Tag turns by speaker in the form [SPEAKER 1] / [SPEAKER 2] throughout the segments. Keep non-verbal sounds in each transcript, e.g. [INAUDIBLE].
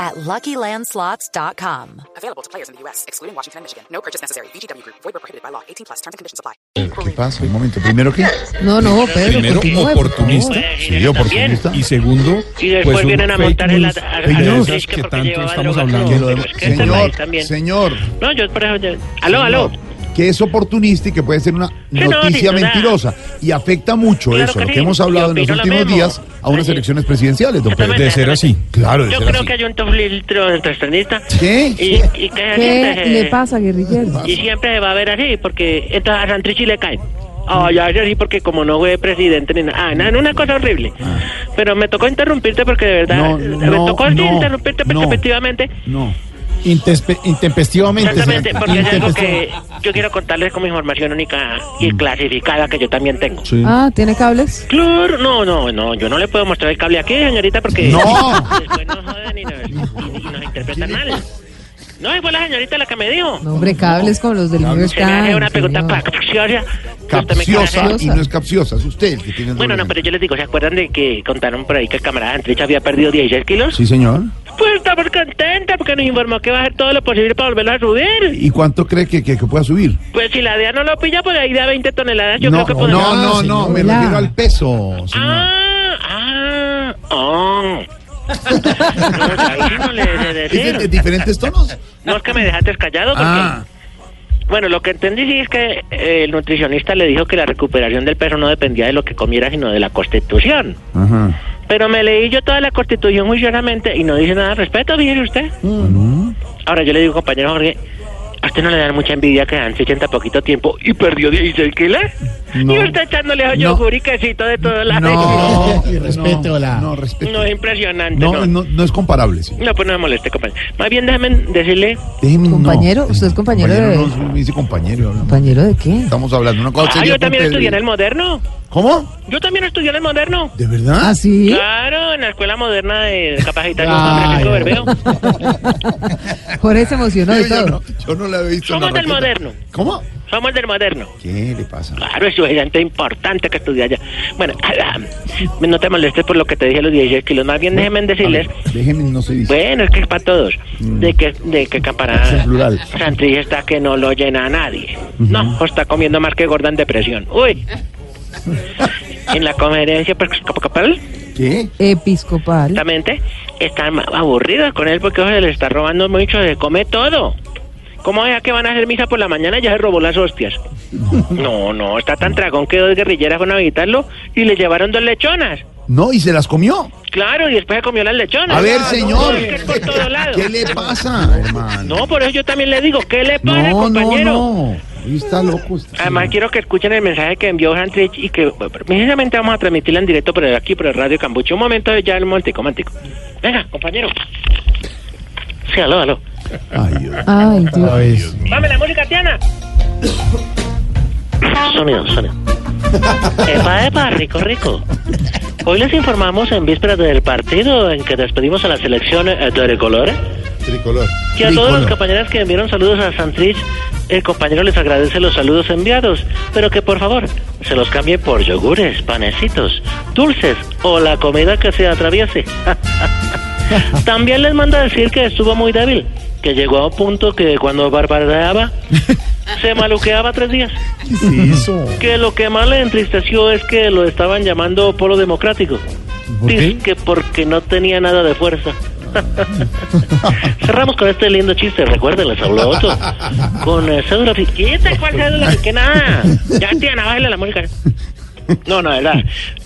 [SPEAKER 1] at LuckyLandSlots.com.
[SPEAKER 2] Available to players in the U.S., excluding Washington and Michigan. No purchase necessary. VGW Group. Void were prohibited by law. 18 plus. Terms and conditions apply.
[SPEAKER 3] ¿Qué pasa? Un momento. Primero qué?
[SPEAKER 4] No, no, Pedro.
[SPEAKER 3] Primero
[SPEAKER 4] continúe, por
[SPEAKER 3] oportunista.
[SPEAKER 4] favor.
[SPEAKER 3] Sí, oportunista.
[SPEAKER 5] Y segundo,
[SPEAKER 6] Y después
[SPEAKER 5] pues, un
[SPEAKER 6] vienen a
[SPEAKER 5] fake
[SPEAKER 6] montar el
[SPEAKER 5] news
[SPEAKER 6] a- a-
[SPEAKER 5] de
[SPEAKER 6] a-
[SPEAKER 5] esas
[SPEAKER 6] a- a-
[SPEAKER 5] que
[SPEAKER 6] porque
[SPEAKER 5] tanto
[SPEAKER 6] llevaba
[SPEAKER 5] estamos
[SPEAKER 6] droga,
[SPEAKER 5] hablando.
[SPEAKER 6] no,
[SPEAKER 5] de
[SPEAKER 6] pero
[SPEAKER 5] los-
[SPEAKER 6] es que este
[SPEAKER 3] Señor,
[SPEAKER 6] país también.
[SPEAKER 3] señor.
[SPEAKER 6] No, yo por eso. yo- Aló, aló.
[SPEAKER 3] señor, Que es oportunista y que puede ser una
[SPEAKER 6] no,
[SPEAKER 3] noticia
[SPEAKER 6] sin duda.
[SPEAKER 3] mentirosa. Y afecta mucho
[SPEAKER 6] Claro
[SPEAKER 3] eso,
[SPEAKER 6] que
[SPEAKER 3] lo que
[SPEAKER 6] sí.
[SPEAKER 3] hemos hablado en
[SPEAKER 6] Yo
[SPEAKER 3] los
[SPEAKER 6] opino lo
[SPEAKER 3] últimos
[SPEAKER 6] mismo.
[SPEAKER 3] días a unas
[SPEAKER 6] Así.
[SPEAKER 3] elecciones presidenciales, don Pedro.
[SPEAKER 6] Exactamente.
[SPEAKER 5] De ser así.
[SPEAKER 3] Claro, de
[SPEAKER 6] Yo
[SPEAKER 3] ser
[SPEAKER 6] creo
[SPEAKER 3] así.
[SPEAKER 6] que hay un filtro entre extremista.
[SPEAKER 3] ¿Qué?
[SPEAKER 6] Y, y que siempre
[SPEAKER 4] ¿Qué
[SPEAKER 6] se-
[SPEAKER 4] le pasa, guerrillero?
[SPEAKER 6] Y siempre se va a ver así, porque entonces a Santrichi le cae. Ah, ya, ya sí, porque como no fue presidente ni nada. Ah, no, no, una cosa horrible. Pero me tocó interrumpirte porque de verdad.
[SPEAKER 3] Ah. No,
[SPEAKER 6] me
[SPEAKER 3] no,
[SPEAKER 6] tocó
[SPEAKER 3] no,
[SPEAKER 6] interrumpirte
[SPEAKER 3] no.
[SPEAKER 6] perspectivamente.
[SPEAKER 3] No.
[SPEAKER 5] Intespe- intempestivamente.
[SPEAKER 6] Exactamente,
[SPEAKER 5] señor.
[SPEAKER 6] porque es algo que
[SPEAKER 5] Intempestivamente.
[SPEAKER 6] yo quiero contarles como información única
[SPEAKER 3] Mm.
[SPEAKER 6] y clasificada que yo también tengo.
[SPEAKER 5] Sí.
[SPEAKER 4] Ah, ¿tiene cables?
[SPEAKER 6] Claro, no, no, no, yo no le puedo mostrar el cable aquí, señorita, porque [LAUGHS]
[SPEAKER 3] No.
[SPEAKER 6] después nos joden y nos, y- y nos interpretan mal. No, y fue la señorita la que me dijo.
[SPEAKER 4] No, hombre, cables como los del New York
[SPEAKER 6] Se me hace
[SPEAKER 4] Times.
[SPEAKER 6] una pregunta
[SPEAKER 4] señor.
[SPEAKER 6] capciosa. Usted me quiere hacer-
[SPEAKER 3] Capciosa y no es capciosa. Es usted el que tiene el
[SPEAKER 6] Bueno, no,
[SPEAKER 3] problema.
[SPEAKER 6] pero yo les digo, ¿se acuerdan de que contaron por ahí que el camarada Antrich había perdido 16 kilos?
[SPEAKER 3] Sí, señor.
[SPEAKER 6] Pues estamos contentos porque nos informó que va a hacer todo lo posible para volverlo a subir.
[SPEAKER 3] ¿Y cuánto cree que, que, que pueda subir?
[SPEAKER 6] Pues si la DEA no lo pilla, por ahí da 20 toneladas. Yo
[SPEAKER 3] no,
[SPEAKER 6] creo que
[SPEAKER 3] no,
[SPEAKER 6] podemos...
[SPEAKER 3] no, no,
[SPEAKER 4] señor,
[SPEAKER 3] me
[SPEAKER 4] hola.
[SPEAKER 3] refiero al peso, señor.
[SPEAKER 6] Ah, ah,
[SPEAKER 3] [LAUGHS]
[SPEAKER 6] ah. No, ahí no le sé
[SPEAKER 3] ¿Es de, de
[SPEAKER 6] decir.
[SPEAKER 3] diferentes tonos?
[SPEAKER 6] No es que me dejaste callado porque...
[SPEAKER 3] Ah,
[SPEAKER 6] Bueno, lo que entendí sí es que eh, el nutricionista le dijo que la recuperación del peso no dependía de lo que comiera, sino de la constitución.
[SPEAKER 3] ajá.
[SPEAKER 6] Pero me leí yo toda la constitución muy seriamente y no dice nada al respecto, fíjese usted.
[SPEAKER 3] Bueno,
[SPEAKER 6] Ahora yo le digo, compañero Jorge, a usted no le dan mucha envidia que dan 80 poquito tiempo y perdió 16 kilos.
[SPEAKER 3] No.
[SPEAKER 6] Y usted echándole a
[SPEAKER 3] No.
[SPEAKER 6] yogur y quesito de todos lados.
[SPEAKER 3] No,
[SPEAKER 5] Y respeto,
[SPEAKER 3] no,
[SPEAKER 5] la-
[SPEAKER 3] No, respeto.
[SPEAKER 6] No, es impresionante.
[SPEAKER 3] No, no, no es comparable, señor.
[SPEAKER 6] No, pues no me moleste, compañero. Más bien déjame decirle...
[SPEAKER 3] Déjeme, no.
[SPEAKER 4] Compañero, usted es compañero de-
[SPEAKER 3] no, no, me dice compañero. hablamos.
[SPEAKER 4] ¿Compañero de qué?
[SPEAKER 3] Estamos hablando de una cosa
[SPEAKER 6] Ah,
[SPEAKER 3] seria
[SPEAKER 6] yo también
[SPEAKER 3] con Pedro.
[SPEAKER 6] estudié en el moderno.
[SPEAKER 3] ¿Cómo?
[SPEAKER 6] Yo también estudié en el moderno.
[SPEAKER 3] ¿De verdad?
[SPEAKER 4] ¿Ah, sí?
[SPEAKER 6] Claro, en la escuela moderna de Capacitario San
[SPEAKER 5] Ay,
[SPEAKER 6] Francisco
[SPEAKER 5] ay,
[SPEAKER 6] Berbeo.
[SPEAKER 4] Jorge se emocionó
[SPEAKER 3] Yo,
[SPEAKER 4] de
[SPEAKER 3] yo
[SPEAKER 4] todo.
[SPEAKER 3] no, yo no la he visto. en la
[SPEAKER 6] Somos del
[SPEAKER 3] raqueta.
[SPEAKER 6] moderno. Ah,
[SPEAKER 3] ¿Cómo?
[SPEAKER 6] Somos del moderno.
[SPEAKER 3] ¿Qué le pasa?
[SPEAKER 6] Claro, eso es gente importante que estudia allá. Bueno, no te molestes por lo que te dije a los 16 kilos. Más bien déjenme decirles,
[SPEAKER 3] A ver, déjeme, no se dice.
[SPEAKER 6] bueno, es que es para todos, de que, de que
[SPEAKER 3] Es
[SPEAKER 6] Camparada
[SPEAKER 3] en plural.
[SPEAKER 6] Santrich está que no lo llena a nadie. No, está comiendo más que gorda en depresión. Uy. en la conferencia pues, episcopal,
[SPEAKER 3] ¿Qué?
[SPEAKER 4] Episcopal.
[SPEAKER 6] exactamente, están aburridos con él porque oye, le está robando mucho, se come todo. ¿Cómo es que van a hacer misa por la mañana y ya se robó las hostias? No, no, está tan tragón que dos guerrilleras van a visitarlo y le llevaron dos lechonas.
[SPEAKER 3] No, y se las comió.
[SPEAKER 6] Claro, y después se comió las lechonas.
[SPEAKER 3] A ver,
[SPEAKER 6] No,
[SPEAKER 3] señor.
[SPEAKER 6] es que es
[SPEAKER 3] [LAUGHS]
[SPEAKER 6] por todo lado.
[SPEAKER 3] ¿Qué le pasa, hermano?
[SPEAKER 6] No, por eso yo también le digo, ¿qué le pasa,
[SPEAKER 3] no, no,
[SPEAKER 6] compañero? Ah,
[SPEAKER 3] no. Ahí está loco. usted.
[SPEAKER 6] Además, quiero que escuchen el mensaje que envió Santrich y que bueno, precisamente vamos a transmitirla en directo por el- aquí, por el Radio Cambuche. Un momento, ya el montico, montico. Venga, compañero. Sí, aló, aló.
[SPEAKER 3] Ay, Dios.
[SPEAKER 4] Ay, Dios.
[SPEAKER 5] Ay, Dios.
[SPEAKER 6] ¡Dame la música, Tiana! Sonido, sonido. Epa, epa, rico, rico. Hoy les informamos en vísperas del partido en que despedimos a la selección eh, tricolor.
[SPEAKER 3] Tricolor.
[SPEAKER 6] Y a todos los
[SPEAKER 3] Tricolor.
[SPEAKER 6] compañeros que enviaron saludos a Santrich, el compañero les agradece los saludos enviados, pero que por favor se los cambie por yogures, panecitos, dulces o la comida que se atraviese. [LAUGHS] También les manda decir que estuvo muy débil, que llegó a un punto que
[SPEAKER 3] [LAUGHS]
[SPEAKER 6] cuando barbareaba se maluqueaba tres días.
[SPEAKER 3] ¿Qué es eso?
[SPEAKER 6] Que lo que más le entristeció es que lo estaban llamando polo democrático.
[SPEAKER 5] ¿Por qué?
[SPEAKER 6] que porque no tenía nada de fuerza. Cerramos con este lindo chiste, recuerden, les habló Otto. Con eh, cédula fi- ¿Quieta? ¿Cuál cédula fi- que nada? Ya, tía, no, bájale la música. No, no, verdad.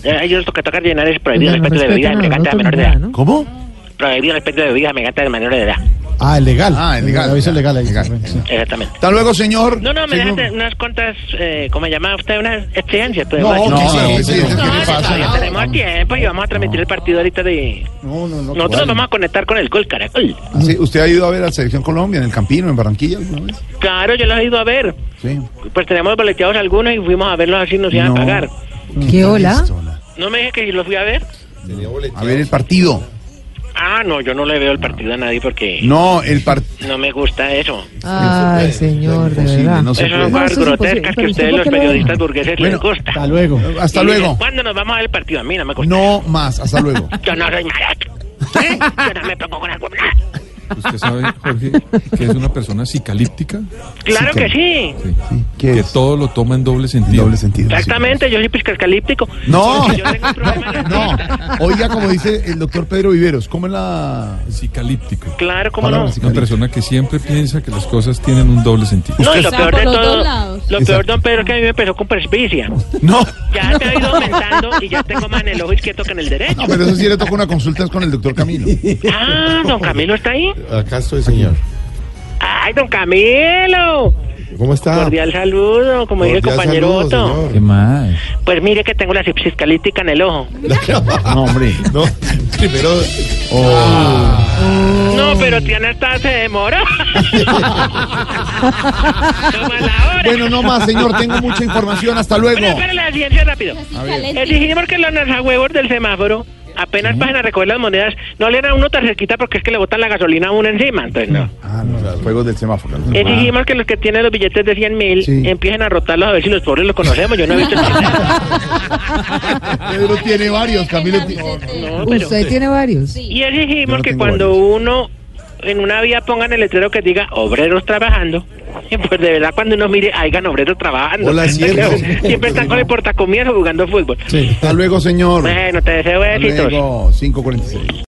[SPEAKER 6] Eh, Hay otro que tocar llenar es prohibido
[SPEAKER 4] Oiga,
[SPEAKER 6] el
[SPEAKER 4] no
[SPEAKER 6] respeto de
[SPEAKER 4] respeten
[SPEAKER 6] bebidas
[SPEAKER 4] a los
[SPEAKER 6] elegantes a
[SPEAKER 4] otros
[SPEAKER 6] menores de
[SPEAKER 4] nada,
[SPEAKER 6] edad.
[SPEAKER 4] ¿no?
[SPEAKER 3] ¿Cómo?
[SPEAKER 6] Prohibido el respeto de bebidas elegantes a menores de edad.
[SPEAKER 7] Ah, el legal.
[SPEAKER 3] Ah, el legal,
[SPEAKER 7] aviso
[SPEAKER 3] ya,
[SPEAKER 7] legal ahí.
[SPEAKER 3] legal.
[SPEAKER 7] sí.
[SPEAKER 6] Exactamente.
[SPEAKER 3] Hasta luego, señor.
[SPEAKER 6] No, no, me
[SPEAKER 3] Señor-
[SPEAKER 6] dejaste unas cuantas, eh, ¿cómo llamaba usted? Unas exigencias. Pues,
[SPEAKER 7] No,
[SPEAKER 6] macho.
[SPEAKER 7] no,
[SPEAKER 3] que
[SPEAKER 7] no,
[SPEAKER 3] sí, sí,
[SPEAKER 7] pero-
[SPEAKER 3] sí, ¿qué le
[SPEAKER 6] no,
[SPEAKER 3] pasa?
[SPEAKER 6] todavía tenemos tiempo y vamos a transmitir el partido ahorita de...
[SPEAKER 7] No, no, no.
[SPEAKER 6] Nosotros nos
[SPEAKER 7] ¿cuál?
[SPEAKER 6] vamos a conectar con el gol, caracol.
[SPEAKER 3] Ah, sí, ¿Usted ha ido a ver a la Selección Colombia en el Campino, en Barranquilla alguna vez?
[SPEAKER 6] Claro, yo los he ido a ver.
[SPEAKER 3] Sí.
[SPEAKER 6] Pues tenemos boleteados algunos y fuimos a verlos así nos iban
[SPEAKER 3] No.
[SPEAKER 6] a pagar.
[SPEAKER 4] ¿Qué hola?
[SPEAKER 6] ¿No me dije que si los fui a ver?
[SPEAKER 3] A ver el partido.
[SPEAKER 6] Ah, no, yo no le veo el partido a nadie porque no,
[SPEAKER 3] No, el partido.
[SPEAKER 6] me gusta eso.
[SPEAKER 4] Ay, señor, de
[SPEAKER 3] Imposible,
[SPEAKER 4] verdad.
[SPEAKER 3] no se
[SPEAKER 6] Esas son
[SPEAKER 3] puede.
[SPEAKER 4] No,
[SPEAKER 6] cosas
[SPEAKER 4] eso es
[SPEAKER 6] grotescas
[SPEAKER 4] imposible. Pero
[SPEAKER 6] que ustedes
[SPEAKER 4] ¿usted
[SPEAKER 6] los
[SPEAKER 4] por qué lo-
[SPEAKER 6] periodistas burgueses les gusta.
[SPEAKER 7] Hasta luego.
[SPEAKER 3] Hasta
[SPEAKER 6] Y
[SPEAKER 3] luego.
[SPEAKER 6] dicen, ¿Cuándo nos vamos a ver el partido? A mí no me gusta.
[SPEAKER 3] No más, hasta luego.
[SPEAKER 6] Yo no soy
[SPEAKER 3] [LAUGHS]
[SPEAKER 6] maraca. ¿Eh? Yo no me pongo con las huevonadas.
[SPEAKER 8] Usted sabe, Jorge, que es una persona psicalíptica,
[SPEAKER 6] Claro que sí.
[SPEAKER 8] sí,
[SPEAKER 3] ¿Qué
[SPEAKER 8] que
[SPEAKER 3] es?
[SPEAKER 8] todo lo toma en doble
[SPEAKER 3] En
[SPEAKER 8] sentido.
[SPEAKER 3] doble sentido. sí.
[SPEAKER 6] Exactamente, yo soy piscascalíptico.
[SPEAKER 3] No,
[SPEAKER 6] Yo tengo un problema en la-
[SPEAKER 3] [LAUGHS] no. Oiga, como dice el doctor Pedro Viveros, ¿cómo es la.
[SPEAKER 8] Psicalíptico.
[SPEAKER 6] Claro, cómo no.
[SPEAKER 3] Palabras, sí.
[SPEAKER 8] Una persona que siempre piensa que las cosas tienen un doble sentido.
[SPEAKER 6] No, y lo
[SPEAKER 9] Está
[SPEAKER 6] peor
[SPEAKER 9] por
[SPEAKER 6] de
[SPEAKER 9] los dos
[SPEAKER 6] todo,
[SPEAKER 9] lados.
[SPEAKER 6] lo peor,
[SPEAKER 3] Exacto.
[SPEAKER 6] don Pedro, es que a mí me empezó con presbicia.
[SPEAKER 3] No.
[SPEAKER 6] Ya te ha ido aumentando y ya tengo más en el ojo izquierdo que en el derecho.
[SPEAKER 3] [LAUGHS] No, pero eso sí le toca una consulta con el doctor Camilo.
[SPEAKER 6] Ah, don Camilo está ahí.
[SPEAKER 10] Acá estoy, señor.
[SPEAKER 6] ¡Ay, don Camilo!
[SPEAKER 10] ¿Cómo está?
[SPEAKER 6] Cordial saludo, como dice el
[SPEAKER 10] Cordial
[SPEAKER 6] compañero
[SPEAKER 10] saludo,
[SPEAKER 6] Otto.
[SPEAKER 10] señor.
[SPEAKER 7] más?
[SPEAKER 6] Pues mire que tengo la cipsis calítica en el ojo.
[SPEAKER 7] No, hombre. Oh.
[SPEAKER 10] No, primero.
[SPEAKER 6] No, pero Tiana hasta se demoró. [LAUGHS] Toma la hora.
[SPEAKER 3] Bueno, no más, señor. Tengo mucha información. Hasta
[SPEAKER 6] Bueno,
[SPEAKER 3] luego.
[SPEAKER 6] espere la ciencia rápido. Exigimos que los nazahuevos del semáforo apenas pasen a recoger las monedas. No le dan uno tan cerquita porque es que le botan la gasolina a uno encima. Entonces, no.
[SPEAKER 3] Ah, no, los juegos del semáforo.
[SPEAKER 6] Exigimos que los que tienen los billetes de 100 mil
[SPEAKER 3] Sí.
[SPEAKER 6] empiecen a rotarlos a ver si los pobres los conocemos. Yo no he [LAUGHS] visto.
[SPEAKER 3] [LAUGHS] Pedro tiene varios, Camilo tiene.
[SPEAKER 6] no, pero...
[SPEAKER 4] Usted tiene varios.
[SPEAKER 6] Y
[SPEAKER 3] Yo
[SPEAKER 6] exigimos
[SPEAKER 3] no
[SPEAKER 6] que
[SPEAKER 3] tengo
[SPEAKER 6] cuando
[SPEAKER 3] varios.
[SPEAKER 6] uno en una vía pongan el letrero que diga obreros trabajando, [LAUGHS] y pues de verdad cuando uno mire, hayan obreros trabajando.
[SPEAKER 10] Hola, cierto.
[SPEAKER 6] [LAUGHS] Siempre están con el portacomías o jugando fútbol.
[SPEAKER 3] Hasta luego, señor.
[SPEAKER 6] Bueno, te deseo
[SPEAKER 3] Hasta
[SPEAKER 6] éxitos.
[SPEAKER 3] luego. 5.46.